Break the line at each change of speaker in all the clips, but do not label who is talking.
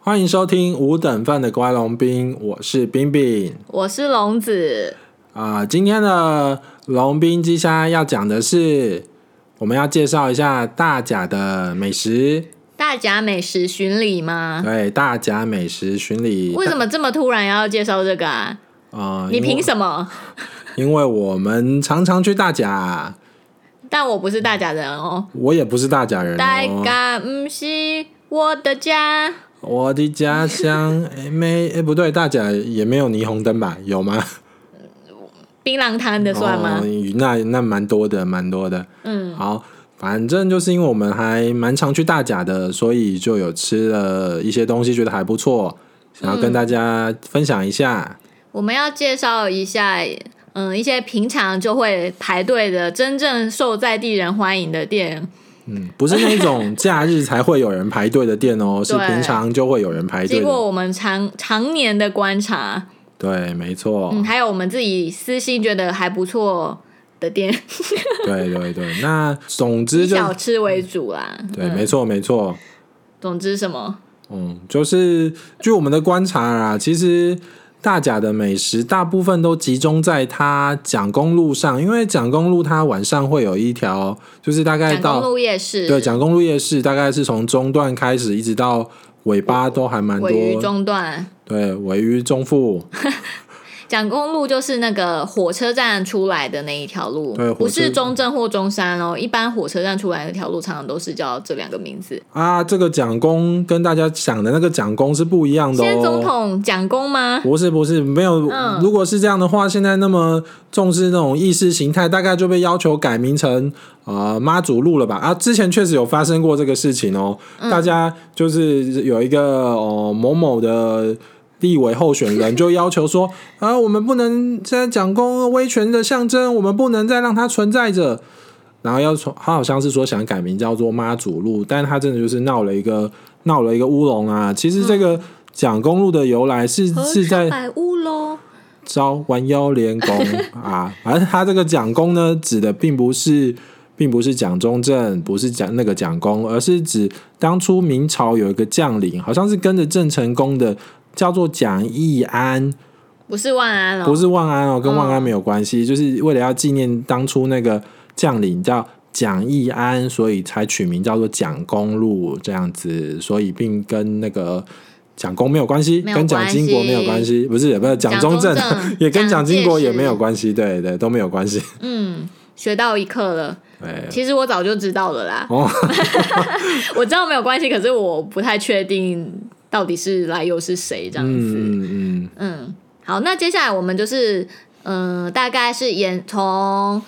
欢迎收听五等份的乖龙兵，我是冰冰
我是龙子，
啊、今天的龙兵鸡虾要讲的是，我们要介绍一下大甲的美食，
大甲美食巡礼吗？
对，大甲美食巡礼。
啊为什么这么突然要介绍这个啊？
啊、
你凭
么？
什么？
因为我们常常去大甲，
但我不是大甲人哦，
我也不是大甲人、哦。
大甲不是我的家，
我的家乡诶没诶不对，大甲也没有霓虹灯吧？有吗？
槟榔摊的算吗？
哦、那那蛮多的，蛮多的。
嗯，
好，反正就是因为我们还蛮常去大甲的，所以就有吃了一些东西，觉得还不错，想要跟大家分享一下。
我们要介绍一下，嗯，一些平常就会排队的、真正受在地人欢迎的店，
嗯，不是那种假日才会有人排队的店 哦，是
对
平常就会有人排队
经过
的。
我们常常年的观察，
对，没错。
嗯，还有我们自己私心觉得还不错的店，
对对对，那总之
以
就
小吃为主啦。
对，
嗯
没错没错。
总之什么？
嗯，就是据我们的观察啊，其实大甲的美食大部分都集中在它蒋公路上，因为蒋公路它晚上会有一条，就是大概
蒋
到
公路夜市，
对蒋公路夜市，大概是从中段开始一直到尾巴都还蛮多
尾，鱼中段，
对尾鱼中腹，
蒋公路就是那个火车站出来的那一条路
对，火
不
车
是中正或中山哦。一般火车站出来那条路，常常都是叫这两个名字。
啊，这个蒋公跟大家想的那个蒋公是不一样的
现在总
哦。
统蒋公吗？
不是不是，没有。
嗯
如果是这样的话，现在那么重视那种意识形态，大概就被要求改名成呃妈祖路了吧？啊，之前确实有发生过这个事情哦。
嗯
大家就是有一个哦、某某的立委候选人就要求说啊，我们不能现在讲公威权的象征，我们不能再让它存在着。然后要从他好像是说想改名叫做妈祖路，但他真的就是闹了一个闹了一个乌龙啊。其实这个蒋公路的由来是、
和
是在
尚百屋喽，
招弯腰连弓啊，反正他这个蒋公呢，指的并不是，并不是蒋中正，不是蒋那个蒋公，而是指当初明朝有一个将领，好像是跟着郑成功的，叫做蒋义安，
不是万安哦，
不是万安哦，跟万安
嗯
没有关系，就是为了要纪念当初那个将领叫蒋义安，所以才取名叫做蒋公路这样子，所以并跟那个。蒋公没有关系，
没有
跟蒋经国
关系
没有关系，不是不是蒋
蒋
中
中
正
正
也跟蒋
蒋
经
介
国也
石
没有关系，对对都没有关系，
嗯，学到一课了。
对
其实我早就知道了啦，
哎哦，
我知道没有关系，可是我不太确定到底是来由是谁这样子。
嗯嗯
嗯，好，那接下来我们就是，嗯、大概是沿从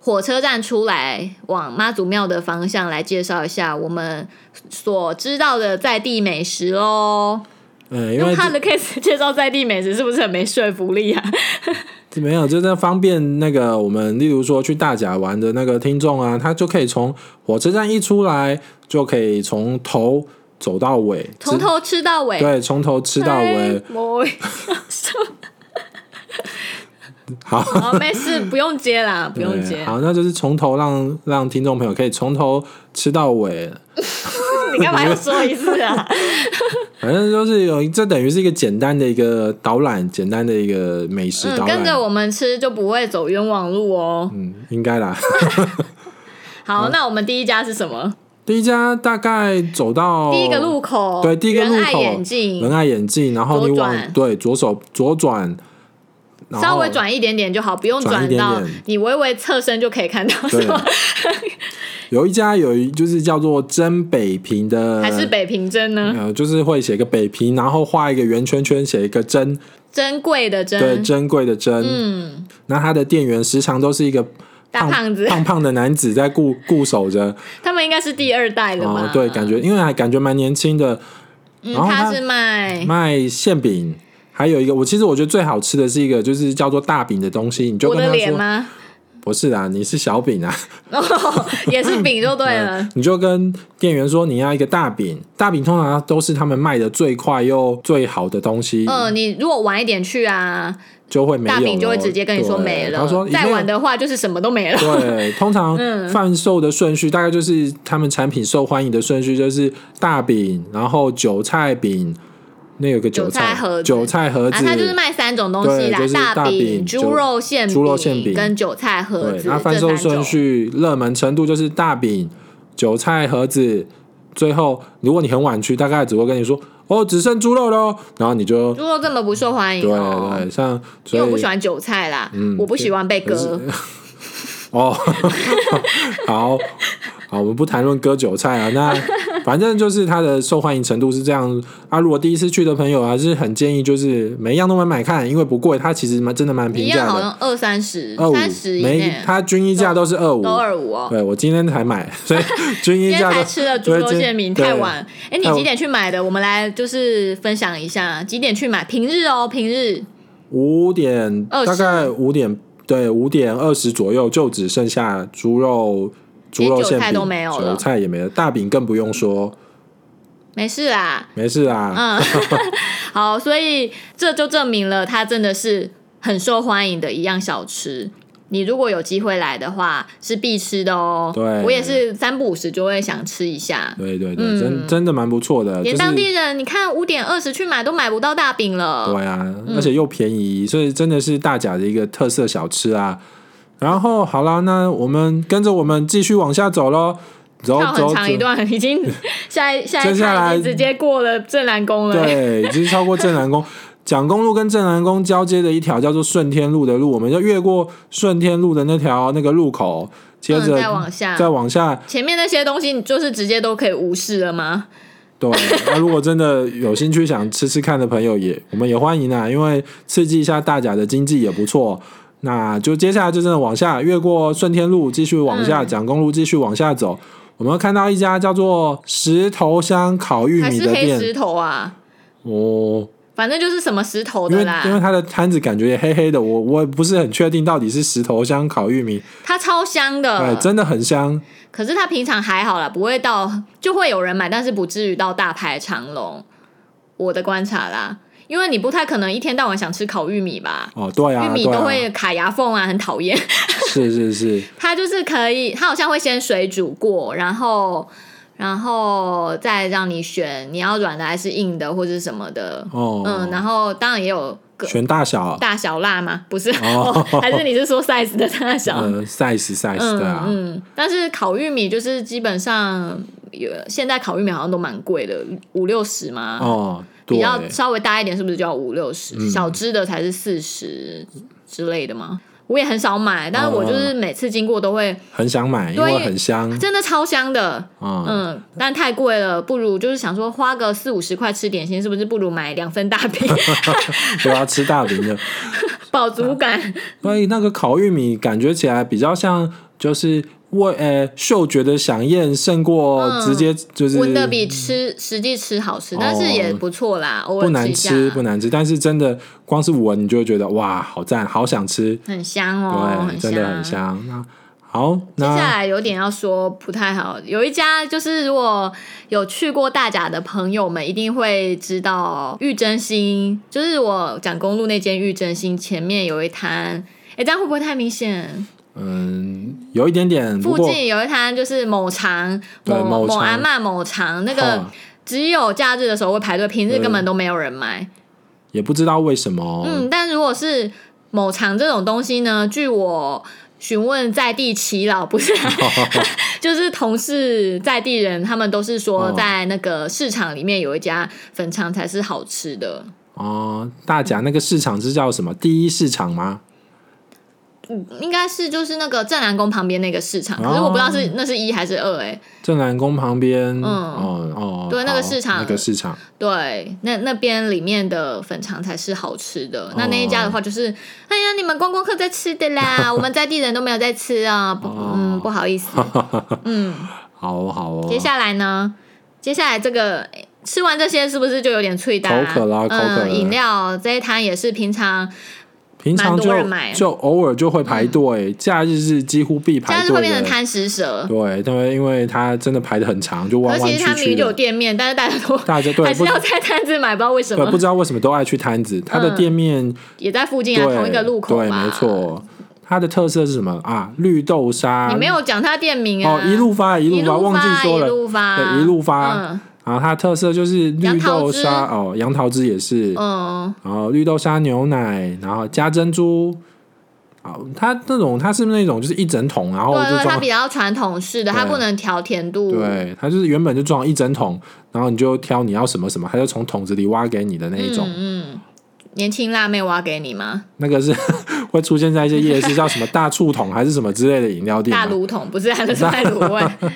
火车站出来往妈祖庙的方向来介绍一下我们所知道的在地美食喽。
嗯，呃因
用
为
他的 case 介绍在地美食，是不是很没说服 力啊？
这没有，就是方便那个我们，例如说去大甲玩的那个听众啊，他就可以从火车站一出来，就可以从头走到尾，直
从头吃到尾，
对，从头吃到尾
哎。我
好，
好，没事，不用接啦，不用
对
接。
好，那就是从头让让听众朋友可以从头吃到尾，
你干嘛要说一次 啊？
反正就是有这等于是一个简单的一个导览，简单的一个美食
嗯，
导览。
跟着我们吃就不会走冤枉路哦。
嗯，应该啦。
好，那我们第一家是什么？
第一家大概走到
第一个路口，
哦对，第一个路口，
仁爱眼镜，
仁爱眼镜，然后你
左
往
转
对左手左转，然后
稍微转一点点就好，不用
转一
转
点点
到你微微侧身就可以看到，
对
是吗？
有一家有一就是叫做真北平的，
还是北平针呢？
呃，就是会写个北平，然后画一个圆圈圈，写一个珍，
珍贵的
对，
珍，
珍贵的珍。
嗯，
那他的店员时常都是一个
大胖子，
胖胖的男子在固固守着，
他们应该是第二代的
哦
吧？，
对，感，觉因为还感觉蛮年轻的，
嗯，
然后他
他是卖
卖馅饼。还有一个，我其实我觉得最好吃的是一个，就是叫做大饼的东西，你就
我
跟
的
他
脸
说，
吗？
不是啊，你是小饼啊，
哦，也是饼就对了，
你就跟店员说你要一个大饼，大饼通常都是他们卖的最快又最好的东西，
嗯，你如果晚一点去啊，
就会没有
大
咯
饼就会直接跟你说
对
没了
他说，
再晚
的。
的话就是什么都没了。
对，通常
嗯
贩售的顺序大概就是他们产品受欢迎的顺序，就是大饼，然后韭菜饼，那有个韭
韭菜盒子
韭菜盒
啊，
子，
它就是卖三种东西啦，
对就是大
饼、
饼
猪肉馅
猪肉馅饼
跟韭菜盒
对，
子。
那
这
翻
三
售
种。
顺序热门程度就是大饼、韭菜盒子，最后如果你很晚去，大概只会跟你说哦，只剩猪肉喽，然后你就
猪肉这么不受欢
对
迎哦，
对，像所
因为我不
以嗯
喜欢韭菜啦，我不喜欢被割。
哦， 好好，我们不谈论割韭菜啊，那反正就是它的受欢迎程度是这样啊。如果第一次去的朋友还是很建议，就是每一样都买买看，因为不贵，它其实蛮真的蛮
一
平
样
价
好
的，
像二三十、
二五
三十以
每
内，
它均衣价都是二五
都。二五哦。
对，我今天才买，所 以均衣
今天
价都
才吃了猪肉馅饼，
对
太晚。哎，你
太晚
几点去买的？我们来就是分享一下几点去买。平日哦，平日
五点，
20
大概五点，对，五点二十左右就只剩下猪肉、猪
连
肉
韭
馅
菜
饼、
都没有了
韭菜也没了，大饼更不用说，
没事啦。
没事啊。
嗯，好，所以这就证明了它真的是很受欢迎的一样小吃。你如果有机会来的话，是必吃的哦。
对
我也是三不五时就会想吃一下。
对对对，
嗯
真真的蛮不错的，就
连
是
当地人，你看五点二十去买都买不到大饼了。
对啊，
哦
而
嗯
且又便宜，所以真的是大甲的一个特色小吃啊。然后好啦，那我们跟着我们继续往下走喽，走
跳
走
很
走
长，一段，已经 下一下一
接下
趟
来
已经直接过了正南宫了。
对，已经超过正南宫。蒋公路跟正南宫交接的一条叫做顺天路的路，我们就越过顺天路的那条那个路口，接
嗯
着
再往下
再往下。
前面那些东西，你就是直接都可以无视了吗？
对，那、如果真的有兴趣想吃吃看的朋友也，我们也欢迎啊，因为刺激一下大家的经济也不错。那就接下来就真的往下，越过顺天路，继续往
嗯
下，蒋公路继续往下走，我们会看到一家叫做石头香烤玉
还
米
是
的
黑
店
石头啊？
哦。
反正就是什么石头
因
的
为
啦。
因为它的摊子感觉也黑黑的，我我也不是很确定到底是石头香烤玉米，
它超香的，
对，真的很香，
可是它平常还好啦，不会到就会有人买，但是不至于到大排长龙。我的观察啦，因为你不太可能一天到晚想吃烤玉米吧，
哦，对啊，
玉米
对
都
啊，
会卡牙缝啊，很讨厌。
是是是，
它就是可以，它好像会先水煮过，然后然后再让你选你要软的还是硬的或者是什么的。
哦，
嗯，然后当然也有个
选大小，
大小辣吗？不是，
哦
还是你是说 size 的大小？
呃，size size 对啊，
嗯嗯，但是烤玉米就是基本上有现在烤玉米好像都蛮贵的，五六十嘛。
哦，
比
对，嗯
较稍微大一点，是不是就要五六十？小只的才是四十之类的嘛。我也很少买，但是我
哦
就是每次经过都会，
很想买，因
对
为很香
真的超香的。
啊，
嗯，但太贵了，不如就是想说花个四五十块吃点心，是不是不如买两份大 饼，
又要吃大 饼的，
饱足感？
所以那个烤玉米感觉起来比较像就是味，呃，嗅觉的响应胜过
嗯
直接就是
闻的比吃实际吃好吃，但是也
哦
不错啦，偶尔
不难
一下
吃不难吃，但是真的光是闻你就会觉得哇，好赞，好想吃，
很香哦，
对，真的很香。那好，
接下
那
来有点要说不太好，有一家就是如果有去过大甲的朋友们，一定会知道玉珍心，就是我讲公路那间玉珍心前面有一摊，哎，这样会不会太明显？
嗯，有一点点，不
附
过
近有一摊就是某长
对
某
某
某
长哦
阿嬷某长，那个
哈
只有假日的时候会排队，平日
对
根本都没有人买。
也不知道为什么，
嗯，但如果是某长这种东西呢，据我询问在地耆老，不 是，就是同事在地人，他们都是说
哦
在那个市场里面有一家粉肠才是好吃的。
哦，大甲那个市场是叫什么？第一市场吗？
嗯，应该是就是那个正南宫旁边那个市场，
哦
可是我不知道是那是一还是二哎、
正南宫旁边，
嗯
哦哦，
对那个
好
市场
那个市场，
对，那那边里面的粉肠才是好吃
哦
的。那那一家的话就是，哎呀，你们观光客在吃的 啦，我们在地人都没有在吃啊，不，
哦
嗯，不好意思，嗯。
好哦好哦，
接下来呢？接下来这个诶吃完这些是不是就有点脆大、
口渴啦口渴了
嗯，饮料这一摊也是平常
平常
蛮
就
多人买
就偶尔就会排队，假日是几乎必
这样
排
就会变
队
成
的。
贪食蛇。
对，因为因为它真的排的很长，就
而
弯弯
其实
曲
它明
曲
明就有
的。
店面，但是大家都
大家
还
对
是
不
要在摊子买，不知道为什
对
么
不知道为什么都爱去摊子，它
嗯
的店面
也在附近啊，
对
同一个路口
对，
吧。
没。错。它的特色是什么啊？绿豆沙。
你没有讲它店名啊？
哦，一路发，一
一
路
路
忘记说
一
了。
路发，
对一路发
嗯，
啊，然后它的特色就是绿
杨桃
豆
汁
沙哦，杨桃汁也是，
嗯，
然后绿豆沙牛奶，然后加珍珠。好，它那种它是那种就是一整桶，然后
对
就
对，它
装
比较传统式的，它
对
不能调甜度。
对，它就是原本就装一整桶，然后你就挑你要什么什么，它就从桶子里挖给你的那一种。
嗯嗯，年轻辣妹挖给你吗？
那个是 会出现在一些夜市，叫什么大醋桶还是什么之类的饮料店嘛。
大卤桶不是，它就是卖 卤味。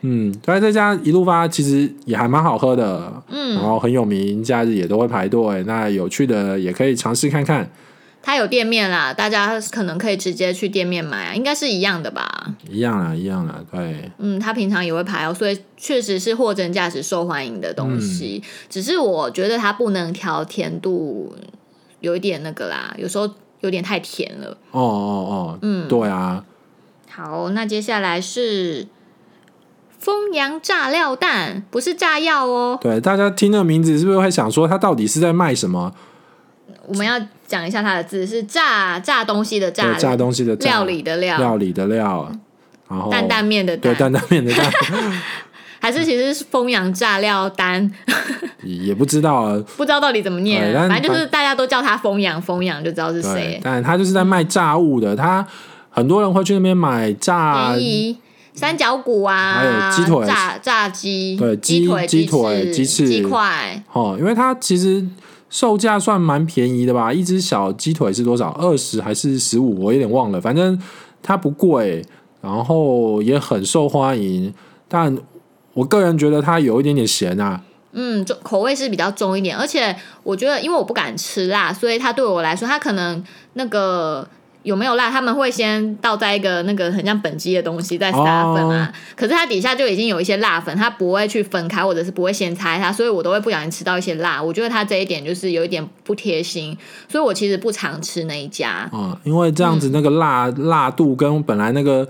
嗯，所以这家一路发其实也还蛮好喝的，嗯，然后很有名，假日也都会排队。那有趣的也可以尝试看看，
它有店面啦，大家可能可以直接去店面买啊，应该是一样的吧？
一样啦，一样啦，对，
嗯，它平常也会排哦，所以确实是货真价实、受欢迎的东西。
嗯
只是我觉得它不能调甜度，有一点那个啦，有时候有点太甜了。
哦哦哦，嗯，对啊，
好，那接下来是枫阳炸料蛋，不是炸药哦。
对，大家听这个名字是不是会想说他到底是在卖什么？
我们要讲一下它的字是炸炸东西的
对
炸，，
炸东西的炸，
料理的料，
料理的料，然后
担担面的
对
担，
担担面的 担，
还是其实是枫阳炸料单，
也不知道啊，
不知道到底怎么念
对，但
反正就是大家都叫它枫阳，枫阳就知道是
对
谁，。
但他就是在卖炸物的，他很多人会去那边买炸
便宜三角骨啊，
还有鸡腿
炸炸鸡，
对鸡
鸡腿、
鸡腿鸡
鸡
翅
鸡块，
哦，因为它其实售价算蛮便宜的吧，一只小鸡腿是多少？二十还是十五？我有点忘了，反正它不贵，然后也很受欢迎。但我个人觉得它有一点点咸啊，
嗯，重口味是比较重一点，而且我觉得，因为我不敢吃辣，所以它对我来说，它可能那个有没有辣，他们会先倒在一个那个很像本鸡的东西再撒粉啊。可是它底下就已经有一些辣粉，它不会去分开，或者是不会先拆它，所以我都会不小心吃到一些辣。我觉得它这一点就是有一点不贴心，所以我其实不常吃那一家。
嗯，因为这样子那个辣、辣度跟本来那个。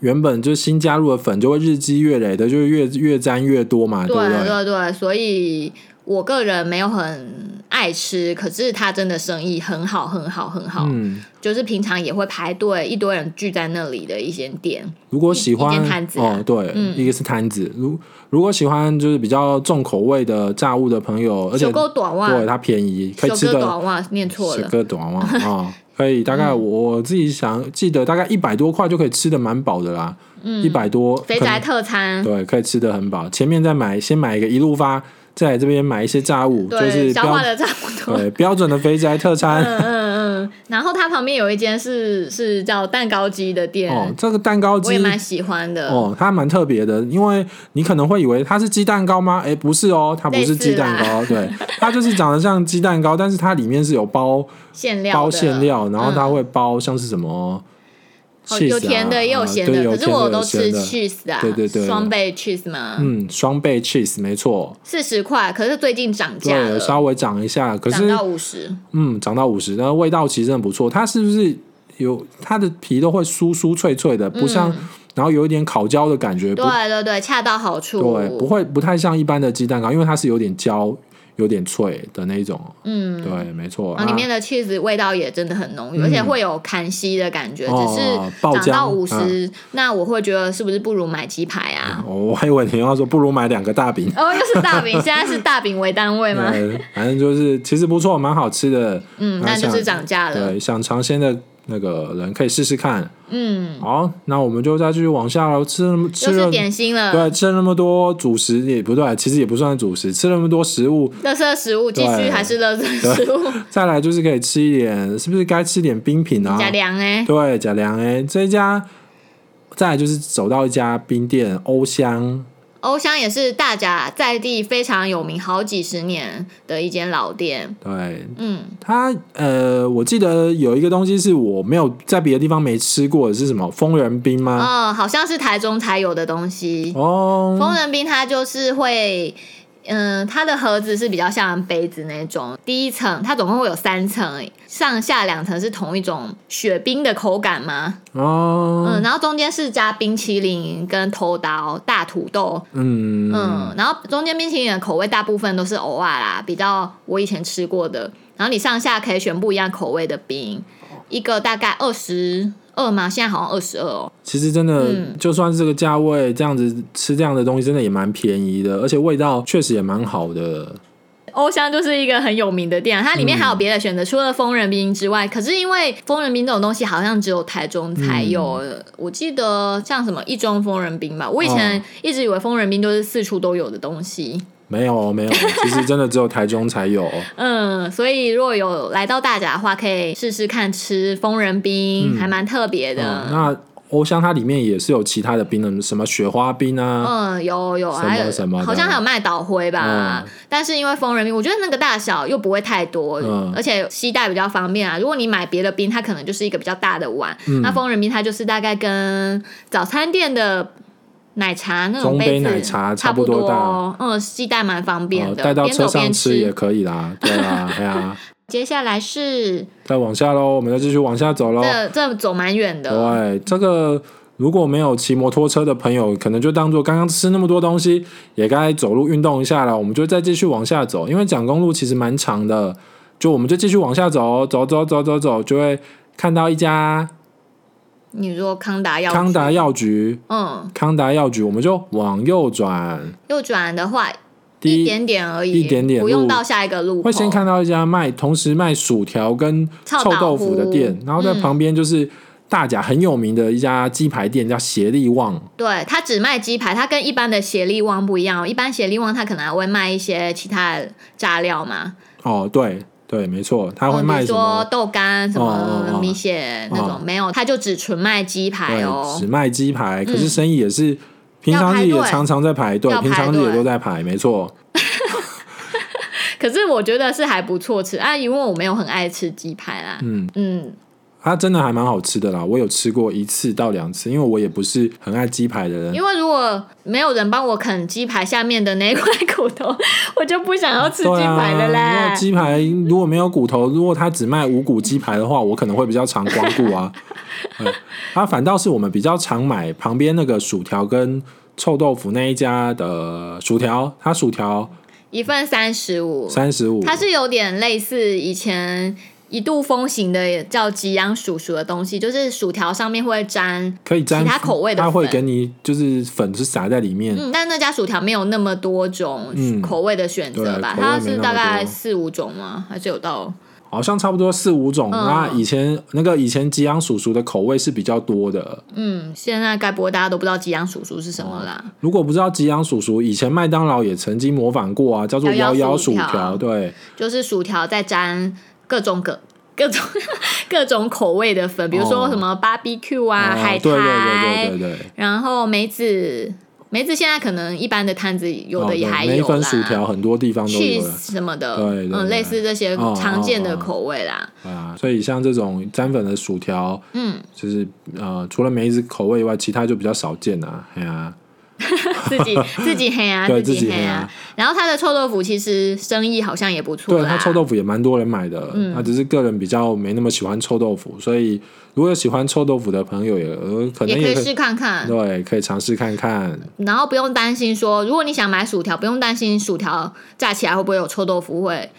原本就新加入的粉就会日积月累的，就越越沾越多嘛，
对
不对？
对对，所以我个人没有很爱吃，可是它真的生意很好，很好，很好。
嗯，
就是平常也会排队，一堆人聚在那里的一些店。
如果喜欢
一一间摊子啊
哦，对，一个是摊子。如如果喜欢就是比较重口味的炸物的朋友，而且
小哥短
对，
袜，
它便宜，可以
小
吃
哥
的
短袜念错
小
了，嗯
个短袜 啊，可以大概我自己想记得大概一百多块就可以吃的蛮饱的啦，一百多
嗯肥
可
宅
能
特餐。
对，可以吃的很饱。前面再买先买一个一路发，再来这边买一些炸物，就
对，
是
消化
标
的差不多。
对标准的肥宅特餐。
嗯嗯嗯，然后它旁边有一间是是叫蛋糕机的店，
哦，这个蛋糕
我
机
也蛮喜欢的。
哦，它蛮特别的，因为你可能会以为它是鸡蛋糕吗？哎，不是哦，它不是鸡蛋糕，对，它就是长得像鸡蛋糕，但是它里面是有包
馅料的
包馅，料，然后它会包像是什么
哦
cheese 啊，
有甜的也有咸
啊对
的，
有
可
甜
是我
的
都
有
吃
咸的
cheese 啊，
对对对
双倍 cheese 嘛，
嗯，双倍 cheese 没错，
四十块，可是最近涨价
对，
了，
稍微涨一下，可
涨
是
到五十。
嗯，涨到五十，那味道其实很不错，它是不是有它的皮都会酥酥脆脆的，不像，然后有一点烤焦的感觉，不
嗯对啊对对，恰到好处。
对，不会不太像一般的鸡蛋糕，因为它是有点焦、有点脆的那一种。嗯，对，没错。
然后里面的 cheese 味道也真的很浓郁，而且会有砍息的感觉。
哦嗯
只
哦
是
爆
涨到五
浆嗯
十、那我会觉得是不是不如买鸡排啊
啊、？哦我还以为你要说不如买两个大 饼。
哦，又是大饼，现在是大饼为单位吗？
对，反正就是其实不错，蛮好吃的。
嗯，
那
那就是
想
涨价了。
对，想尝鲜的那个人可以试试看。
嗯，
好，那我们就再继续往下喽。吃了那么
又
吃
是
了，
点心了，
对，啊吃了那么多主食也不对，其实也不算主食，吃了那么多食物，
垃圾食物继
对
续还是垃圾食 物，
再来就是可以吃一点，是不是该吃点冰品啊？
假粮哎，
对，贾良哎，这一家，再来就是走到一家冰店欧香，
欧香也是大甲在地非常有名，好几十年的一间老店。
对
嗯，
它呃，我记得有一个东西是我没有在别的地方没吃过的，是什么疯人冰吗？
哦，好像是台中才有的东西。
哦，
疯人冰它就是会，嗯、它的盒子是比较像杯子那种，第一层它总共会有三层，上下两层是同一种雪冰的口感吗？
哦，
嗯，然后中间是加冰淇淋跟头刀大土豆，
嗯
嗯，然后中间冰淇淋的口味大部分都是偶尔啦，比较我以前哦吃过的，然后你上下可以选不一样口味的冰，一个大概二十二吗？现在好像二十二哦。
其实真的，
嗯
就算是这个价位，这样子吃这样的东西，真的也蛮便宜的，而且味道确实也蛮好的。
欧香就是一个很有名的店，它里面还有别的选择，除了疯人冰之外，可是因为疯人冰这种东西好像只有台中才有，嗯我记得像什么一中疯人冰吧，我以前
哦
一直以为疯人冰就是四处都有的东西，
没有 没有，其实真的只有台中才有。
嗯，所以如果有来到大甲的话，可以试试看吃疯人冰，还蛮特别
嗯、
的。
那欧香它里面也是有其他的冰的，什么雪花冰啊，
嗯，有有，
什么
还有
什么的
好像还有卖倒灰吧，
嗯
但是因为疯人冰，我觉得那个大小又不会太多，
嗯
而且携带比较方便啊。如果你买别的冰，它可能就是一个比较大的碗，
嗯
那疯人冰它就是大概跟早餐店的。奶茶那种
中杯
杯子
奶茶
差
差不多大
哦，嗯，携带蛮方便
呃
的，
带到
边走
车上
边
吃也可以 啦。对啊，哎呀，
接下来是
再往下喽，我们再继续往下走喽。
这这走蛮远的，
对，这个如果没有骑摩托车的朋友，可能就当做刚刚吃那么多东西，也该走路运动一下了。我们就再继续往下走，因为蒋公路其实蛮长的，就我们就继续往下走，走走走走走，就会看到一家
你说康达药局
康达药局。
嗯，
康达药局，我们就往右转，
右转的话
第
一
一
点点而已，
一点点
不用
路
到下一个路口。
会先看到一家卖同时卖薯条跟
臭
臭
豆
豆
腐
腐的店，然后在
嗯
旁边就是大甲很有名的一家鸡排店，叫协力旺。
对，它只卖鸡排，它跟一般的协力旺不一样、哦。一般协力旺它可能还会卖一些其他的炸料嘛，
哦，对对，没错，他会
嗯比
卖
如
什
说
么？
豆干、什
哦哦
么
哦
米血那种，
哦
没有，它就只纯卖鸡排
对，
哦
只。卖鸡排，可
嗯
是生意也是平
要
常
排
日也
队
常常在排队
嗯要，
平
排
常日也
队
都在排，没错。
可是我觉得是还不错吃啊，因为我没有很爱吃鸡排啦。
嗯
嗯，
它真的还蛮好吃的啦，我有吃过一次到两次，因为我也不是很爱鸡排的人。
因为如果没有人帮我啃鸡排下面的那一块骨头， 我就不想要吃鸡
对
排了
啊，如
啦。
果鸡排如果没有骨头，如果它只卖无骨鸡排的话，我可能会比较常光顾 啊。嗯它、反倒是我们比较常买旁边那个薯条跟臭豆腐那一家的薯条，它薯条
一份三十五，
三十五，
它是有点类似以前一度风行的叫吉阳薯薯的东西，就是薯条上面会沾，
可以沾
其他口味的
它会
粉
给你就是粉是撒在里面。
嗯，但那家薯条没有那么多种
嗯
口味的选择吧，
对口味
它
没那
是
么
大概
多
四五种吗？还是有到？
好像差不多四五种。
嗯
那以前那个以前吉阳叔叔的口味是比较多的。
嗯，现在该不会大家都不知道吉阳薯薯是什么啦？
如果不知道吉阳叔叔，以前麦当劳也曾经模仿过啊，叫做
摇
摇
摇
摇
薯
薯
条
条。对，
就是薯条再沾各种各 各种各种口味的粉，比如说
哦
什么 BBQ 啊、
哦
海苔，
对对对对对对，
然后梅子，梅子现在可能一般的摊子有
哦
的也
对
还
梅
有啦，
粉薯条很多地方都有了
cheese 什么的，
对对对
嗯，类似这些
哦
常见的
哦哦
口味啦。
啊。所以像这种沾粉的薯条，
嗯，
就是呃，除了梅子口味以外，其他就比较少见啊。哎呀、
自己自己黑啊，
对
己
自己
黑
黑
啊
啊。
然后他的臭豆腐其实生意好像也不错
对
啦，嗯
他臭豆腐也蛮多人买的，他只是个人比较没那么喜欢臭豆腐，所以如果有喜欢臭豆腐的朋友也，呃可
也
能
可以
也可
试看看。
对，可以尝试看看。
然后不用担心说，如果你想买薯条，不用担心薯条炸起来会不会有臭豆腐味。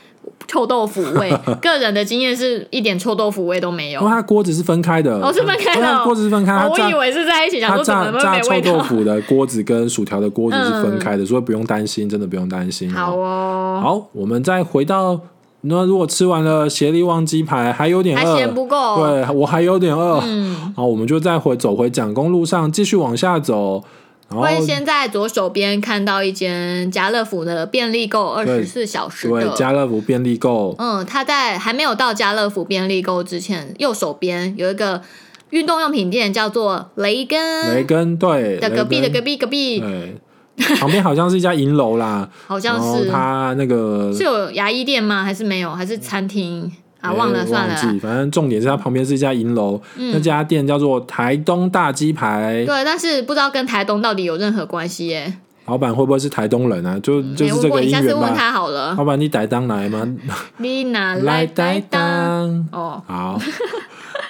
臭豆腐味，个人的经验是一点臭豆腐味都没有
因哦为。它锅子是分开的，
哦是分开的哦
对它锅子是分开，
哦
它
我
炸
以为是在一起，想
它
说怎么
炸炸臭
会没味
豆
道。
腐的锅子跟薯条的锅子是分
嗯
开的，所以不用担心，真的不用担心。
好
哦
哦，
好，我们再回到那，如果吃完了协力旺鸡排还有点
还
饿，
嫌不够。
对我还有点饿，
嗯，
好，我们就再回走回蒋公路上继续往下走，然后
会先在左手边看到一间家乐福的便利购二十四小时
对
的。
家乐福便利购，
嗯，它在还没有到家乐福便利购之前，右手边有一个运动用品店，叫做雷根
雷根对
嗯的
雷
隔壁的
根
隔壁隔壁，
对，旁边好像是一家银楼啦，
好像
然后
是
它那个
是有牙医店吗？还是没有？还是餐厅啊？忘了
哎
算了
忘
啦。
记，反正重点是它旁边是一家银楼，那家店叫做台东大鸡排，
对，但是不知道跟台东到底有任何关系耶。
老板会不会是台东人啊？就就是
没嗯哎问
这
过，
个
你
姻
下次
缘
问
吧。
他好了。
老板，你台当来吗？
你哪来
来
台
台
东？
当，
哦，
好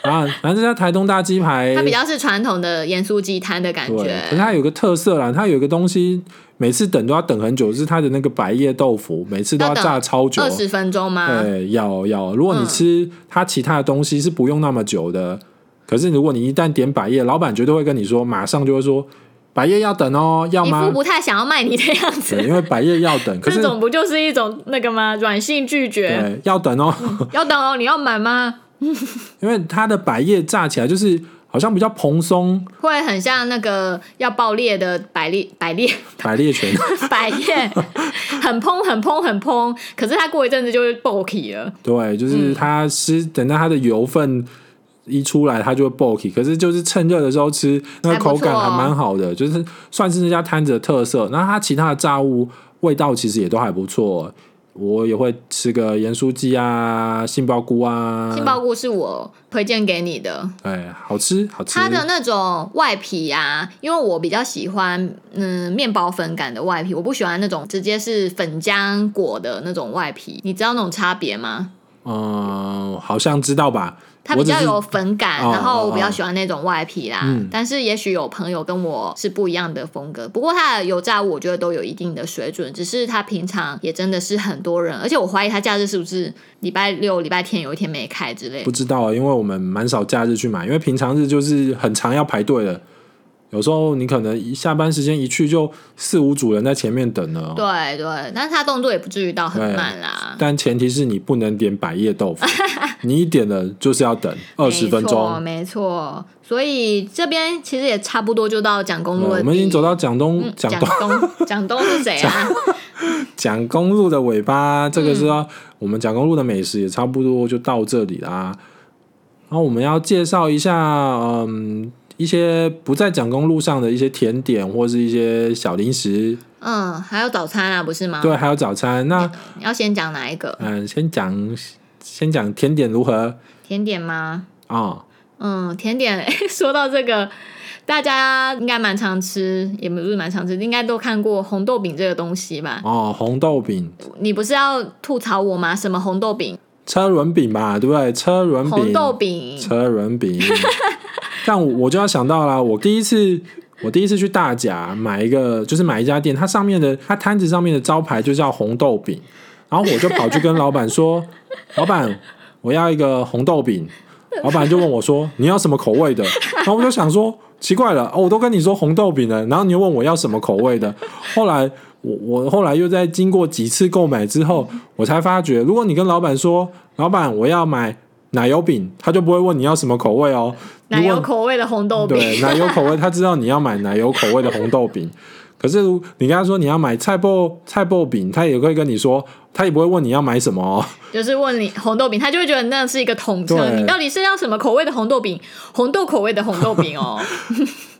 啊，反正这家台东大鸡排
它，比较是传统的盐酥鸡摊的感
对，可是
觉。
它有个特色啦，它有一个东西，每次等都要等很久，就是它的那个白叶豆腐，每次都
要
要
等
炸超久
二，十啊分钟吗？
对，要要。如果你吃它其他的东西是不用那么久的，可是如果你一旦点百叶，老板绝对会跟你说，马上就会说百叶要等哦，要
一
吗
副？不太想要卖你的样
对，
子，
因为百叶要 等，可
这
是
种不就是一种那个吗？软性拒绝，
对要等哦，
要等哦，你要买吗？
因为它的百叶炸起来就是好像比较蓬松，
会很像那个要爆裂的百裂百裂
百裂拳
百 叶，很砰很砰很砰，可是它过一阵子就会爆起了。
对，
嗯
就是它吃，等到它的油分一出来，它就会 bulky。可是就是趁热的时候吃，那个
还
口
不错哦
感还蛮好的，就是算是那家摊子的特色。然后它其他的炸物味道其实也都还不错，我也会吃个盐酥鸡啊、杏鲍菇啊，
杏鲍菇是我推荐给你的，
哎，好吃好吃。
它的那种外皮啊，因为我比较喜欢嗯面包粉感的外皮，我不喜欢那种直接是粉浆裹的那种外皮。你知道那种差别吗？
嗯，好像知道吧？
它
我
比
只
较
是
有粉感，
哦
然后我比
哦
较
哦
喜欢那种外皮啦。
嗯
但是也许有朋友跟我是不一样的风格，不过它的油炸物我觉得都有一定的水准，只是它平常也真的是很多人，而且我怀疑它假日是不是礼拜六、礼拜天有一天没开之类的
不。知道啊，因为我们蛮少假日去买，因为平常日就是很常要排队的。有时候你可能一下班时间一去就四五组人在前面等了哦、
对啊对，但是它动作也不至于到很
对
慢啦。
但前提是你不能点百叶豆腐， 你一点了就是要等二十分钟。
没错，没错。所以这边其实也差不多就到蒋公
嗯
路的地、
我们已经走到蒋东蒋
嗯蒋
东
东，蒋东是谁啊？
蒋公路的尾巴，这个
嗯
是要、我们蒋公路的美食也差不多就到这里啦。然后我们要介绍一下，嗯，一些不在蒋公路上的一些甜点或是一些小零食，
嗯，还有早餐啊，不是吗？
对，，还有早餐。那
你要先讲哪一个
嗯、先讲先讲甜点如何
甜点吗？
啊、哦
嗯，甜点。 说到这个，大家应该蛮常吃，也不是蛮常吃，应该都看过红豆饼这个东西吧？
哦，红豆饼、
你不是要吐槽我吗？什么红豆饼、
车轮饼吧，对不对？车轮饼、
红豆饼？
车轮饼。但我我就要想到啦，我第一次我第一次去大甲买一个，就是买一家店，它上面的它摊子上面的招牌就叫红豆饼，然后我就跑去跟老板说：“ 老板，我要一个红豆饼。”老板就问我 说：“你要什么口味的？”然后我就想说：“奇怪了，哦，我都跟你说红豆饼了，然后你又问我要什么口味的。”后来我我后来又在经过几次购买之后，我才发觉，如果你跟老板说：“老板，我要买奶油饼”，他就不会问你要什么口味哦。
奶
如
油
果
口味的红豆饼。
对，奶油口味，他知道你要买奶油口味的红豆饼。可是如你跟他说你要买菜爆菜爆饼，他也会跟你说，他也不会问你要买什么、哦。
就是问你红豆饼，他就会觉得那是一个统称，
对
你到底是要什么口味的红豆饼？红豆口味的红豆 饼哦，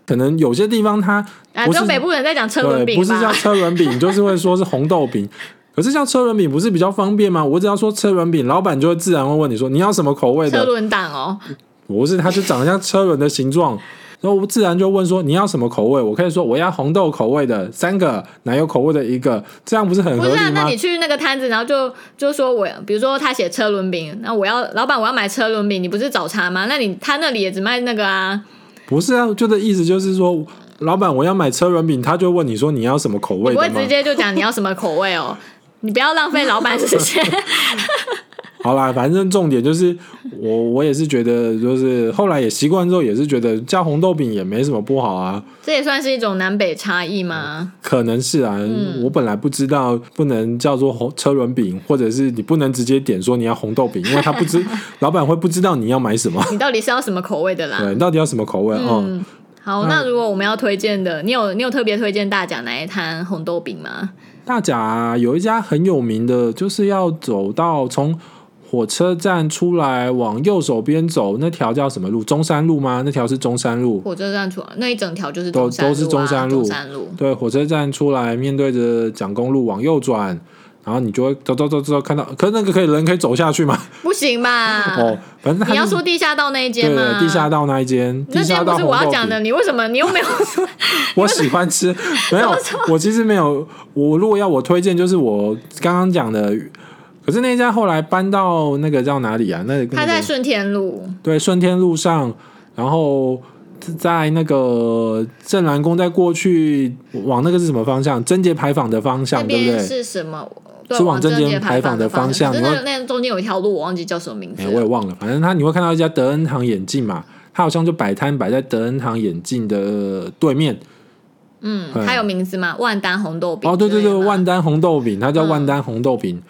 可能有些地方他
啊，
不
只
是
有北部人在讲车轮
对，
饼
不是叫
吧？
车轮 饼，就是会说是红豆饼。可是叫车轮饼不是比较方便吗？我只要说车轮饼，老板就会自然会问你说你要什么口味
车
的。
轮档哦，
不是，他就长得像车轮的形状，然后我自然就问说你要什么口味。我可以说我要红豆口味的三个，奶油口味的一个，这样不是很
不
合
是
理
啊？那
吗
你？去那个摊子，然后就就说我，比如说他写车轮饼，那我要老板我要买车轮饼，你不是找茬吗？那你他那里也只卖那个啊，
不是啊，就的意思就是说，老板我要买车轮饼，他就问你说你要什么口
你
味
不会
的吗
直？接就讲你要什么口味哦。你不要浪费老板时间，
好啦，反正重点就是我我也是觉得，就是后来也习惯之后，也是觉得叫红豆饼也没什么不好啊，
这也算是一种南北差异吗？
可能是啊，
嗯
我本来不知道不能叫做红车轮饼，或者是你不能直接点说你要红 豆饼，因为他不知老板会不知道你要买什么，
你到底是要什么口味的啦？
对，你到底要什么口味哦、
嗯，好，那如果我们要推荐的，你有你有特别推荐大甲哪一摊红豆饼吗？
大甲有一家很有名的，就是要走到从火车站出来往右手边走，那条叫什么路？中山路吗？那条是中山路。
火车站出来那一整条就是中山路、啊、
都都是中山路
中山路。
对，火车站出来，面对着蒋公路往右转，然后你就会走走走走看到，可是那个可以人可以走下去吗？
不行吧？
哦，反正它
啊你要
就是
说地下道那一
对
间吗？
对地下。道那一间，
那
地
间
下
不
道
是我
红
要
豆
讲
饼
的，，你为什么你又没有？
我喜欢 吃。没有，我其实没有。我如果要我推荐，就是我刚刚讲的。可是那家后来搬到那个叫哪里啊？那
他
那
在
个
顺天路，
对顺天路上，然后在那个正南宫再过去往那个是什么方向？贞节牌坊的方
那
向，对不
边
对？
是什么？对，
是往
往贞
正
节
间牌坊
的
的方
向。
向
可是
你
那那中间有一条路，我忘记叫什么名字
哎、我也
了。
忘了，反正他你会看到一家德恩堂眼镜嘛，它好像就摆摊摆在德恩堂眼镜的对面。
嗯，它有名字吗？万丹红豆饼。
哦，对对对，万
丹。
丹红豆饼，它叫
嗯
万丹红豆饼。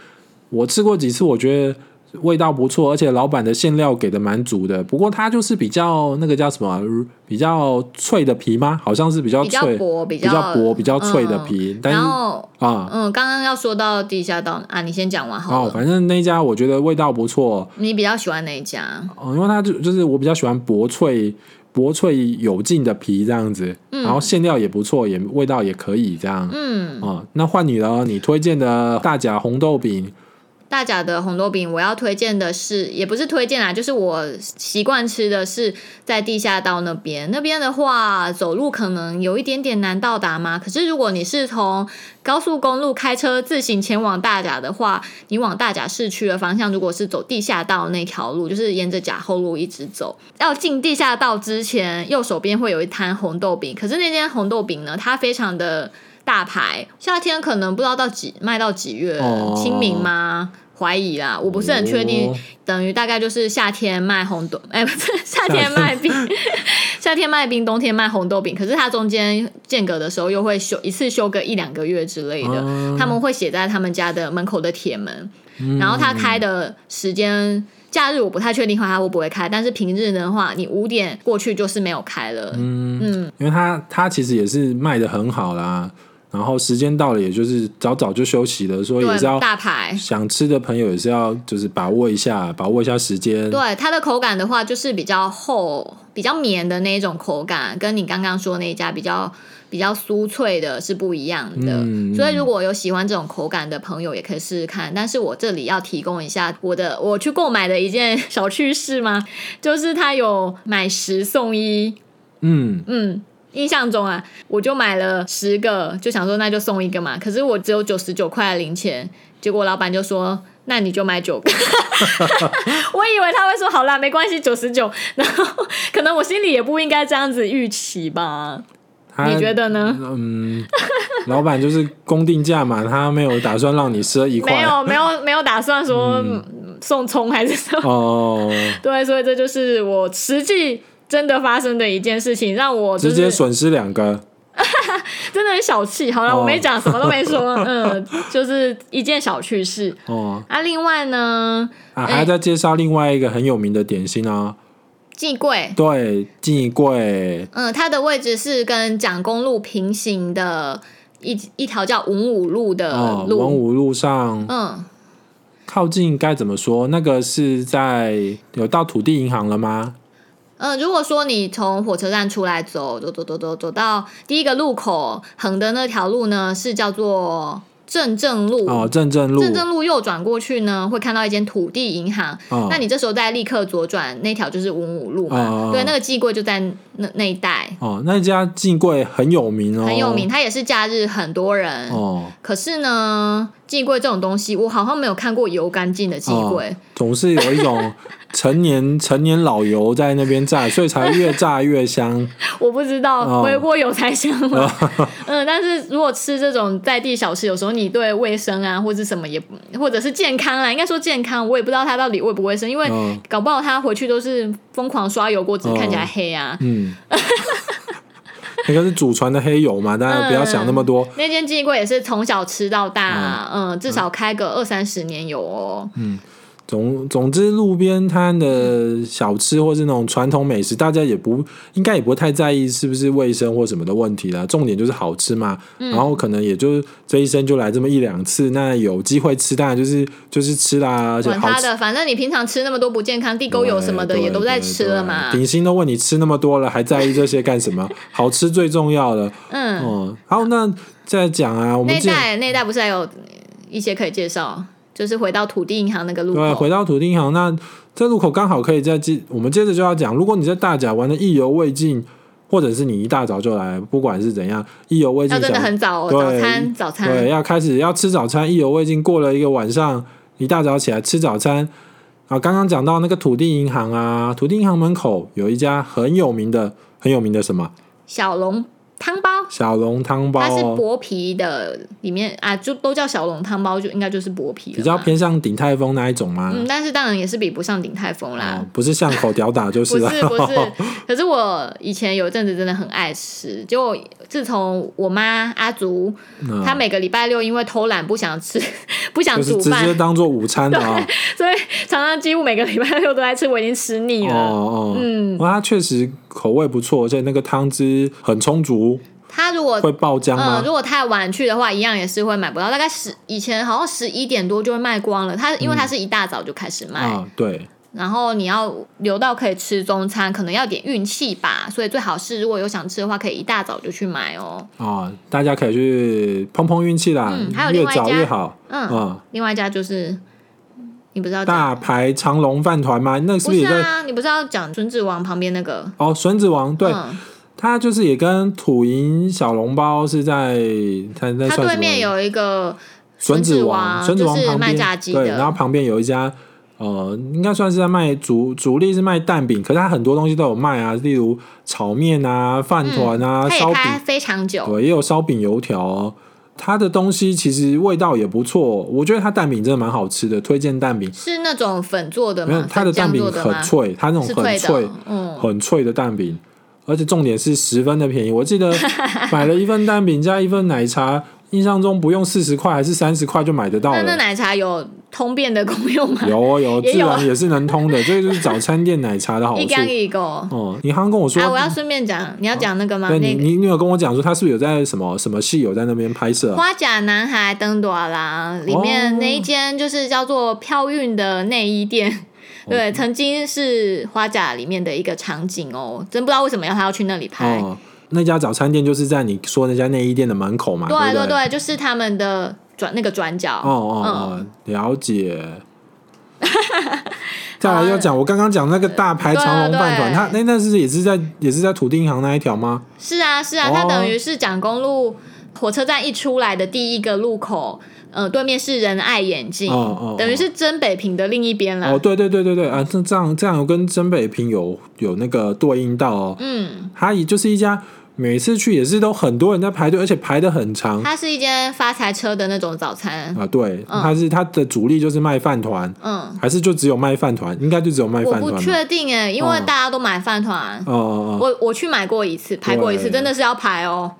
我吃过几次，我觉得味道不错，而且老板的馅料给的蛮足的。不过它就是比较那个叫什么啊，比较脆的皮吗？好像是比较
比较
脆、
薄比
比较
较
薄、比较脆的
嗯
皮。但是
然后，
啊、
嗯，刚刚要说到地下道啊，你先讲完好
哦，
了。
反正那一家我觉得味道不错。
你比较喜欢哪一家？
哦，因为它就就是我比较喜欢薄脆、薄脆有劲的皮这样子，然后馅料也不错，也味道也可以这样。
嗯，
哦，那换你了，你推荐的大甲红豆饼
大甲的红豆饼，我要推荐的是，也不是推荐啦，啊就是我习惯吃的是在地下道那边。那边的话，走路可能有一点点难到达嘛。可是如果你是从高速公路开车自行前往大甲的话，你往大甲市区的方向，如果是走地下道那条路，就是沿着甲后路一直走，要进地下道之前，右手边会有一摊红豆饼。可是那间红豆饼呢，它非常的大牌，夏天可能不知道到几卖到几月，
哦
清明吗？啊怀疑啦，我不是很确定，
哦
等于大概就是夏天卖红豆， 哎、不是夏天卖冰， 夏天卖冰，冬天卖红豆饼。可是它中间间隔的时候又会休一次休个一两个月之类的，
嗯
他们会写在他们家的门口的铁门。然后他开的时间，假日我不太确定的话他会不会开，但是平日的话，你五点过去就是没有开了。嗯
因为它它其实也是卖的很好啦，然后时间到了，也就是早早就休息了，所以也是
对，
要
大牌。
想吃的朋友也是要就是把握一下，把握一下时间。
对它的口感的话，就是比较厚、比较绵的那一种口感，跟你刚刚说那一家比较比较酥脆的是不一样的。
嗯
所以如果有喜欢这种口感的朋友，也可以试试看。但是我这里要提供一下我的我去购买的一件小趣事吗？就是它有买十送一，
嗯，
嗯。印象中啊，我就买了十个，就想说那就送一个嘛。可是我只有九十九块的零钱，结果老板就说：“那你就买九个。”我以为他会说：“好啦，没关系，九十九。”然后可能我心里也不应该这样子预期吧？
它
你觉得呢？
嗯，老板就是公定价嘛，他没有打算让你赊一块，
没有，没有，没有打算说、嗯送葱还是什么。
哦，
对，所以这就是我实际真的发生的一件事情，让我、就
直
是、
接损失两个。
真的很小气。好了，我没
哦
讲，什么都没 说，嗯，就是一件小趣事。
哦，
啊，另外呢，
啊，还要再介绍另外一个很有名的点心啊，
季贵，
对，季贵，
嗯，它的位置是跟蒋公路平行的一一条叫文武路的
哦，
路，
文武路上
嗯，
靠近该怎么说？那个是在有到土地银行了吗？
嗯，如果说你从火车站出来走，走走走走走到第一个路口横的那条路呢，是叫做正正路。
哦，正正路，
嗯正正路右转过去呢，会看到一间土地银行。
哦
那你这时候再立刻左转，那条就是文武路嘛。
哦哦哦
对，那个寄柜就在那那一带，
哦，那家季贵很有名哦，
很有名。它也是假日很多人。
哦，
可是呢，寄柜这种东西，我好像没有看过油干净的寄柜。
总是有一 种成年成年老油在那边炸，所以才越炸越香。
我不知
哦
道微波油才香吗？ 嗯，但是如果吃这种在地小吃，有时候你对卫生啊，或者什么也不，或者是健康啦，应该说健康，我也不知道它到底卫不卫生，因为
嗯
搞不好他回去都是疯狂刷油锅，只是看起来黑啊。
嗯，那个是祖传的黑油嘛，大家不要想那么多。
那间记柜也是从小吃到大、啊，嗯，至少开个二三十年有哦。
总总之，路边摊的小吃或是那种传统美食，大家也不应该也不太在意是不是卫生或什么的问题啦。重点就是好吃嘛，
嗯
然后可能也就是这一生就来这么一两次，那有机会吃，当然就是就是吃啦，而且
管
好
他
吃。
的，反正你平常吃那么多不健康，地沟油什么的
对
也都在吃了
对
嘛
对。顶新都问你吃那么多了，还在意这些干什么？好吃最重要了。
嗯，
哦、好，那再讲啊，我们
那一
之前
带那一带不是还有一些可以介绍，就是回到土地银行那个路
对，啊
口
回。到土地银行，那这路口刚好可以再接，我们接着就要讲，如果你在大甲玩的意犹未尽，或者是你一大早就来，不管是怎样，意犹未
要
尽，
真的
想
很早、哦，
对
早餐早
对，
餐，
要开始要吃早餐，意犹未尽，过了一个晚上，一大早起来吃早餐。啊，刚刚讲到那个土地银行啊，土地银行门口有一家很有名的、很有名的什么
小笼汤包
小笼汤包
它是
哦，
薄皮的，里面啊就都叫小笼汤包，就应该就是薄皮了
比较
嘛
偏啊向鼎泰丰那一种吗？
嗯，但是当然也是比不上鼎泰丰 啦。
哦，不是啊巷口屌 打就
不
了。
是不是， 可是我以前有一阵子真的很爱吃，结果自从我妈阿竹，
嗯
她每个礼拜六因为偷懒不想吃， 不想
就是
煮
直
饭，
接当做午餐 的啊。
所以常常几乎每个礼拜六都在吃，我已经吃腻
哦
了。
哦，嗯，它确实口味不错，而且那个汤汁很充足，
她如果
会爆浆
嗯，
吗
如？果太晚去的话，一样也是会买不到。大概十以前好像十一点多就会卖光了，它因为它是一大早就开始卖，
嗯啊，对，
然后你要留到可以吃中餐，可能要点运气吧。所以最好是如果有想吃的话，可以一大早就去买哦。
啊，大家可以去碰碰运气啦
嗯还，有
越
另外一
早
家
越好。
嗯，
嗯，
另外一家就是你不知道讲，
大排长龙饭团吗？那是
不
不是
是
也在？
啊，你不是要讲孙子王旁边那个？
哦，笋子王，对，
嗯、
它就是也跟土银小笼包是在它那
它
算
对
什
面
么？
有一个
笋
子
子王，笋子
就
王
是
旁
卖炸
边
鸡
对，然后
的，
旁边有一家。呃，应该算是在卖主主力是卖蛋饼，可是它很多东西都有卖啊，例如炒面啊、饭团啊、
嗯它
烧
也
饼
开非常久。
对，也有烧饼、油条、哦，它的东西其实味道也不错。我觉得它蛋饼真的蛮好吃的，推荐蛋饼。
是那种粉做的
没有
吗？，
它的蛋饼
粉酱做的
很
吗？
脆，它那种
是
很
脆
脆
的，、嗯，
很脆的蛋饼，而且重点是十分的便宜。我记 得买了一份蛋饼加一份奶茶，印象中不用四十块还是三十块就买得到
那那
了。
奶茶有通便的功用吗？
有哦有，
也
自
有
然也是能通的，这个就是早餐店奶茶的好
一
处。
缸一个。啊，
哦，你好像跟我说，
我要顺便讲，你要讲那个吗？
对你
那个
你你有跟我讲说，他是不是有在什么什么戏有在那边拍摄
《
啊？
花甲男孩登朵郎》里面那一间就是叫做飘韵的内衣店。
哦
对，曾经是花甲里面的一个场景哦，真不知道为什么要他要去那里拍。
哦，那家早餐店就是在你说那家内衣店的门口嘛，
对啊
不
对对，就是他们的转那个转角。
哦哦
嗯，
哦，了 解。再来要讲，我刚刚讲那个大排长龙饭团，
对对
它那那是也是在也是在土地银行那一条吗？
是啊，是啊，
哦
它等于是蒋公路火车站一出来的第一个路口，呃，对面是仁爱眼镜，
哦哦哦
等于是真北平的另一边啦。
哦，对对对对对啊，这这样这样有跟真北平有有那个对应到哦，
嗯，
它也就是一家每次去也是都很多人在排队，而且排的很长
它是一间发财车的那种早餐。
啊。对，它是它的主力就是卖饭团，
嗯，
还是就只有卖饭团？应该就只有卖
我
饭
不
团吧。
确定哎，因为
哦
大家都买饭团。
哦哦哦，
我我去买过一次，排过一次，
对
真的是要排哦。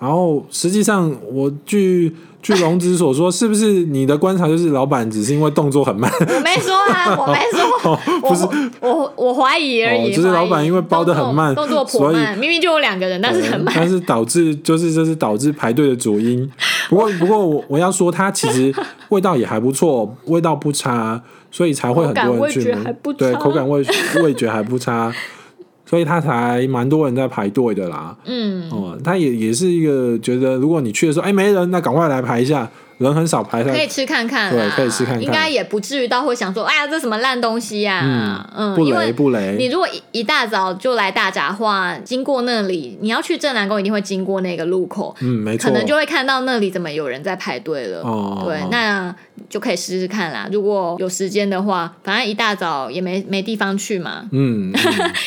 然后实际上，我据据龙子所说，是不是你的观察就是老板只是因为动作很慢，
我没说 啊，我没说，
哦不是
我我我怀疑而已。
哦就是
怀疑
老板因为包得很慢
动作动作
所
颇
以
慢，明明就有两个人，但是很慢。
但是导致就是这是导致排队的主因。不过不过我我要说，它其 实味道也还不错，味道不差，所以才会很多人去
口感味觉
买
还不差
对，口感味味觉还不差，所以它才蛮多人在排队的啦。
嗯，
哦、它也也是一个觉得，如果你去的时候，哎，没人，那赶快来排一下，人很少排一下
可以吃看看
对
啦，
可以吃看看
应该也不至于到会想说，哎呀，这什么烂东西呀、嗯，
不
因
雷
为
不雷。
你如果一一大早就来大闸话，经过那里，你要去正南宫，一定会经过那个路口，
嗯，没错，
可能就会看到那里怎么有人在排队了。
哦，
对
哦，
那就可以试试看啦。如果有时间的话，反正一大早也没没地方去嘛，
嗯，嗯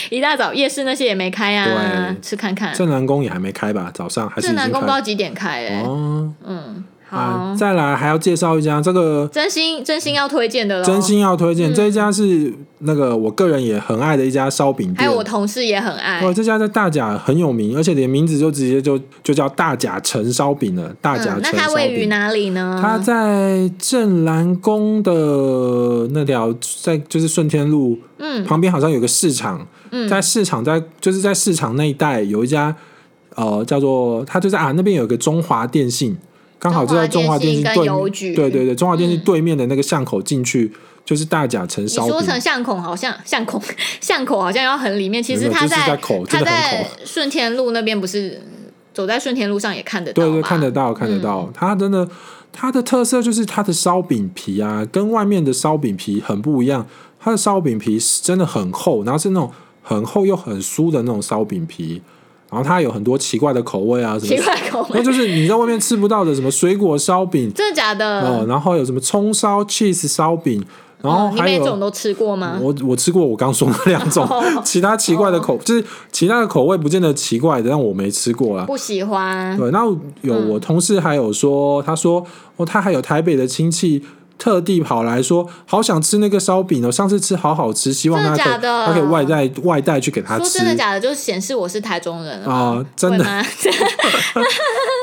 一大早夜市那些也没开啊，
对
吃看看。
正南宫也还没开吧？早上还是已
正南
经
宫不知
开
道几点开哎、
哦。
嗯，好，
啊，再来还要介绍一家，这个
真心真心要推荐的喽，
真心要推
嗯
荐，这一家是那个我个人也很爱的一家烧饼
还
店
有。我同事也很爱
哦，。这家在大甲很有名，而且连名字就直接就就叫大甲城烧饼了。大甲
嗯，那
城
它
烧
位于
饼，
哪里呢？
它在正南宫的那条，在就是顺天路
嗯
旁边好像有个市场，
嗯
在市场在就是在市场那一带有一家呃叫做它就是啊那边有一个中华电信，刚好就在中华电信
中华电信
对
跟邮局嗯
对对对中华电信对面的那个巷口进去、就是大甲城
你
烧
说
饼，
成巷口好像巷口 巷口好像要很里面，其实
没有
它
就是在
在
口
它
真的很
在
口，
顺天路那边不是走在顺天路上也看得到嗯
对对
嘛
看得到看得到，它真的它的特色就是它的烧饼皮啊，跟外面的烧饼皮很不一样，它的烧饼皮是真的很厚，然后是那种很厚又很酥的那种烧饼皮。然后它有很多奇怪的口味啊，什么
奇怪口
那
味，
就是你在外面吃不到的什么水果烧饼
真的假
哦，
的？
然后有什么葱烧、cheese 烧饼，然然后
嗯你
还
每
有、
种都吃过吗？
我我吃过我刚说的两种
哦，
其他奇怪的口就是其他的口味不见得奇怪的，但我没吃过啦。
不喜欢。
对，那有
嗯
我同事还有说，他说哦，他还有台北的亲戚特地跑来说，好想吃那个烧饼哦，上次吃好好吃，希望他
真
可
的
以
假的
他可以外带外带去给他
说
吃
真的假的，就显示我是台中人了。
啊、真
会
的嗯
吗？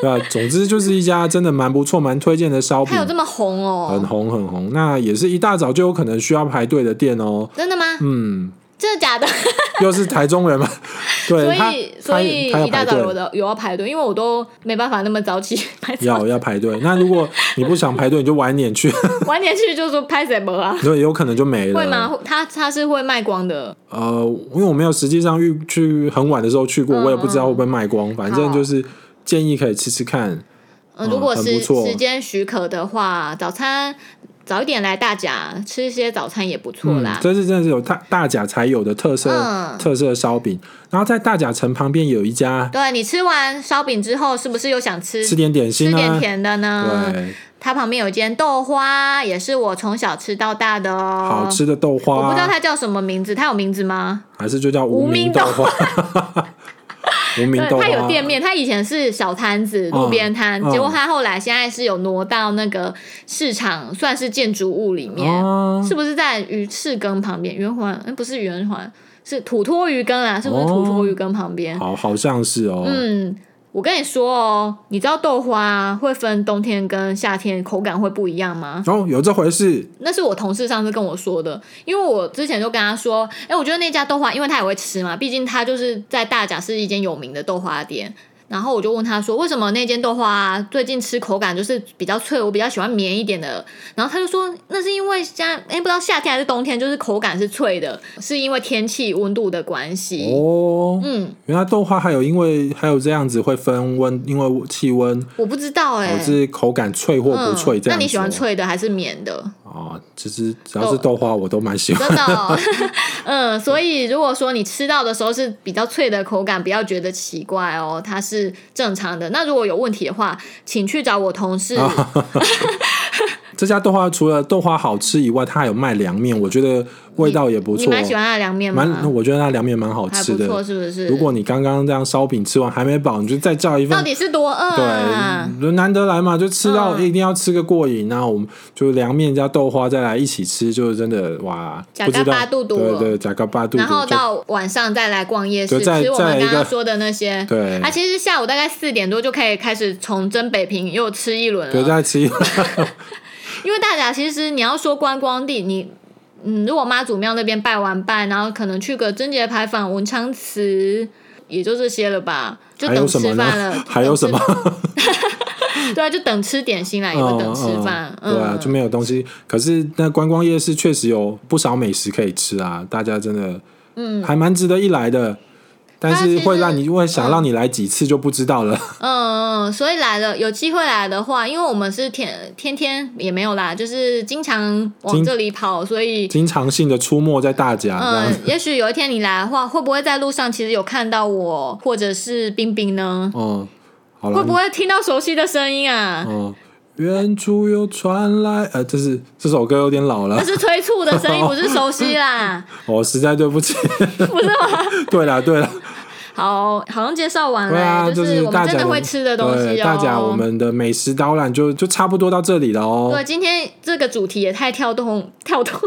对啊，总之就是一家真的蛮不错、蛮推荐的烧饼
它有，这么红
很
哦？
红很红。那也是一大早就有可能需要排队的店哦。
真的吗？
嗯，
真的假的？
又是台中人嘛，
所
对他
以，所
他
以
他要
一大
排
早有
队，
的有要排队，因为我都没办法那么早起 排队，
要要排队。那如果你不想排队，你就晚点去，
晚点去就说拍什么啊？
对，有可能就没了。
会吗？他他是会卖光的，
呃，因为我没有实际上遇去很晚的时候去过，
嗯
我也不知道会不会卖光。反正就是建议可以吃吃看。
嗯，
嗯
如果
很
时
不错
时间许可的话，早餐早一点来大甲吃一些早餐也不错
嗯
啦，。
这是真的是有大大甲才有的特色、
嗯
特色烧饼。然后在大甲城旁边有一家
对你吃完烧饼之后，是不是又想吃
吃点点
吃
心
点
啊，
甜嗯的呢？
对，
它旁边有一间豆花，也是我从小吃到大的哦。
好吃的豆
我不
花
知道，它叫什么名字，它有名字吗？
还是就叫无
无名
名
豆
豆花。 无名
对，
豆花，
它有店面，它以前是小摊子、路边摊，
嗯
结果它后来现在是有挪到那个市场，算是建筑物里面，
哦，
是不是在鱼翅羹旁边？圆环、嗯不是圆环，是土托鱼羹啊啦，是不是土托鱼羹旁边？
好，好像是哦。
嗯，我跟你说哦，你知道豆花会分冬天跟夏天口感会不一样吗？
哦，有这回事，
那是我同事上次跟我说的，因为我之前就跟他说，哎、我觉得那家豆花，因为他也会吃嘛，毕竟他就是在大甲是一间有名的豆花店。然后我就问他说，为什么那间豆花、最近吃口感就是比较脆，我比较喜欢绵一点的。然后他就说，那是因为现在哎，不知道夏天还是冬天，就是口感是脆的，是因为天气温度的关系。
哦，
嗯，
原来豆花还有因为还有这样子会分温，因为气温
我不知道哎、
导致口感脆或不脆
嗯
这样子哦、
那你喜欢脆的还是绵的？
哦？其实只要是豆花我都蛮喜欢。
真的、 哦，嗯，所以如果说你吃到的时候是比较脆的口感，不要觉得奇怪哦，它是正常的。那如果有问题的话，请去找我同事。
啊哦这家豆花除了豆花好吃以外，它还有卖凉面，我觉得味道也不
你
错。
蛮喜欢它的凉面吗？
蛮，我觉得那凉面蛮好
还
吃
不错，
的。
是不是？
如果你刚刚这样烧饼吃完还没饱，你就再叫一
到
份。
底是多饿啊？
对，难得来嘛，就吃到
嗯
一定要吃个过瘾。那、我们就凉面加豆花再来一起吃，就是真的哇，
假
不知
嘎
道
巴肚肚
对对，假嘎巴肚肚。
然后
就
到晚上再来逛夜市，
对再
吃我们
再一
刚
个
刚说的那些。
对
啊，其实下午大概四点多就可以开始从真北平又吃一轮了。
就再吃一
因为大甲其实你要说观光地，你嗯，如果妈祖庙那边拜完拜，然后可能去个贞节牌坊、文昌祠，也就这些了吧，就
还有
等
什么
吃
呢
饭了，？
还有什么？ 哦
对啊，就等吃点心啦，也不等吃饭，
嗯嗯对啊，就没有东西。可是那观光夜市确实有不少美食可以吃啊，大家真的，嗯，还蛮值得一来的。但
它其
是
实
会让你会想让你来几次就不知道了。
嗯，嗯，所以来了有机会来的话，因为我们是天天天也没有啦，就是经常往
经
这里跑，所以。
经常性的出没在大家，这样
嗯，也许有一天你来的话，会不会在路上其实有看到我，或者是冰冰呢？
嗯，好
会不
了，
会听到熟悉的声音啊？
嗯，远处又传来，呃，这是这首歌有点老了
那，是催促 的声音，不是熟悉啦，
我实在对不起。
不是吗？
对了对了，
好，好像介绍完了、
对啊，就
就
是
我们
大
真
家
的会吃的东西
对
哦。
大家我们的美食导览就就差不多到这里了哦。
对今天这个主题也太跳动， 跳动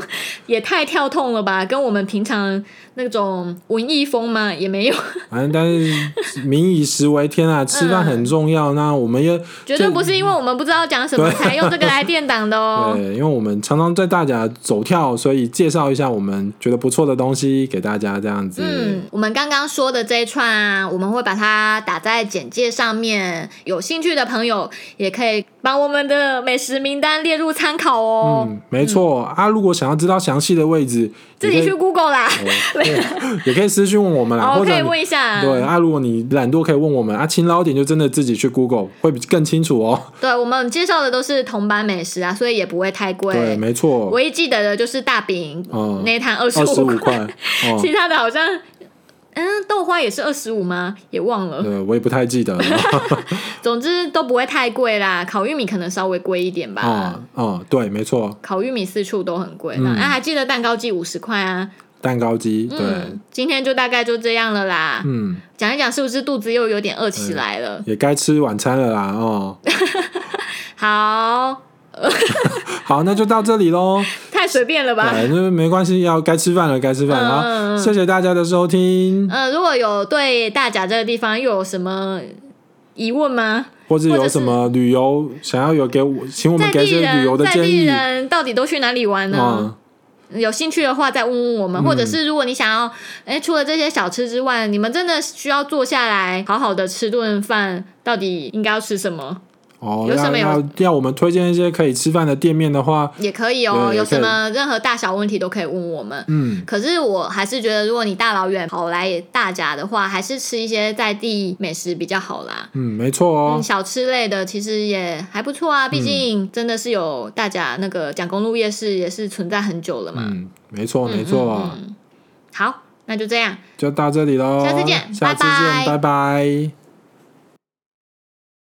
也太跳动了吧？跟我们平常那种文艺风嘛也没有，
反正但是民以食为天啊，吃饭
嗯
很重要。那我们也
绝对不是因为我们不知道讲什么才用这个 来垫档的哦。
对，因为我们常常在大家走跳，所以介绍一下我们觉得不错的东西给大家，这样子。
嗯，我们刚刚说的这一串啊，我们会把它打在简介上面，有兴趣的朋友也可以把我们的美食名单列入参考哦。
嗯没错、啊。如果想要知道详细的位置，
自己
也可
去
以
Google 啦，
也可以私讯问我们啦，
哦，
或者
可以
你
问一下。
对啊，如果你懒惰可以问我们啊，勤劳一点就真的自己去 Google 会比更清楚哦。
对，我们介绍的都是同版美食啊，所以也不会太
对，
贵。
没错，
唯一记得的就是大饼
嗯
那一摊二十
二十五
块，
块哦，
其他的好像。嗯，豆花也是二十五吗？也忘了。
呃，我也不太记得 了。
总之都不会太贵啦，烤玉米可能稍微贵一点吧。
哦哦，对，没错，
烤玉米四处都很贵啦，啊，还记得蛋糕季五十块啊。
蛋糕机，嗯对，
嗯，今天就大概就这样了啦。
嗯，
讲一讲是不是肚子又有点饿起来了？
也该吃晚餐了啦。哦，
好，
好，那就到这里 喽。
太随便了吧。
对，那没关系，要该吃饭了，该吃饭。
嗯
好，谢谢大家的收听，
呃，如果有对大甲这个地方又有什么疑问吗？
或者
或
有
者是
什么旅游想要有给我，请我们
在
给一
地
些旅游
人
的
在
建
地
议。
人到底都去哪里玩
嗯
呢？，有兴趣的话再问问我们，或者是如果你想要，哎，除了这些小吃之外，你们真的需要坐下来好好的吃顿饭，到底应该要吃什么？
哦，
有什
要
么有
要要我们推荐一些可以吃饭的店面的话，
也可以哦，
对
有
也可以
什么任何大小问题都可以问我们。
嗯，
可是我还是觉得，如果你大老远跑来大甲的话，还是吃一些在地美食比较好啦。
嗯，没错哦嗯
嗯，。小吃类的其实也还不错啊，毕竟真的是有大家那个蒋公路夜市也是存在很久了嘛。
嗯，没错，没错，
嗯好，那就这样，
就到这里喽。
嗯下次见
下次
拜拜
见，拜拜。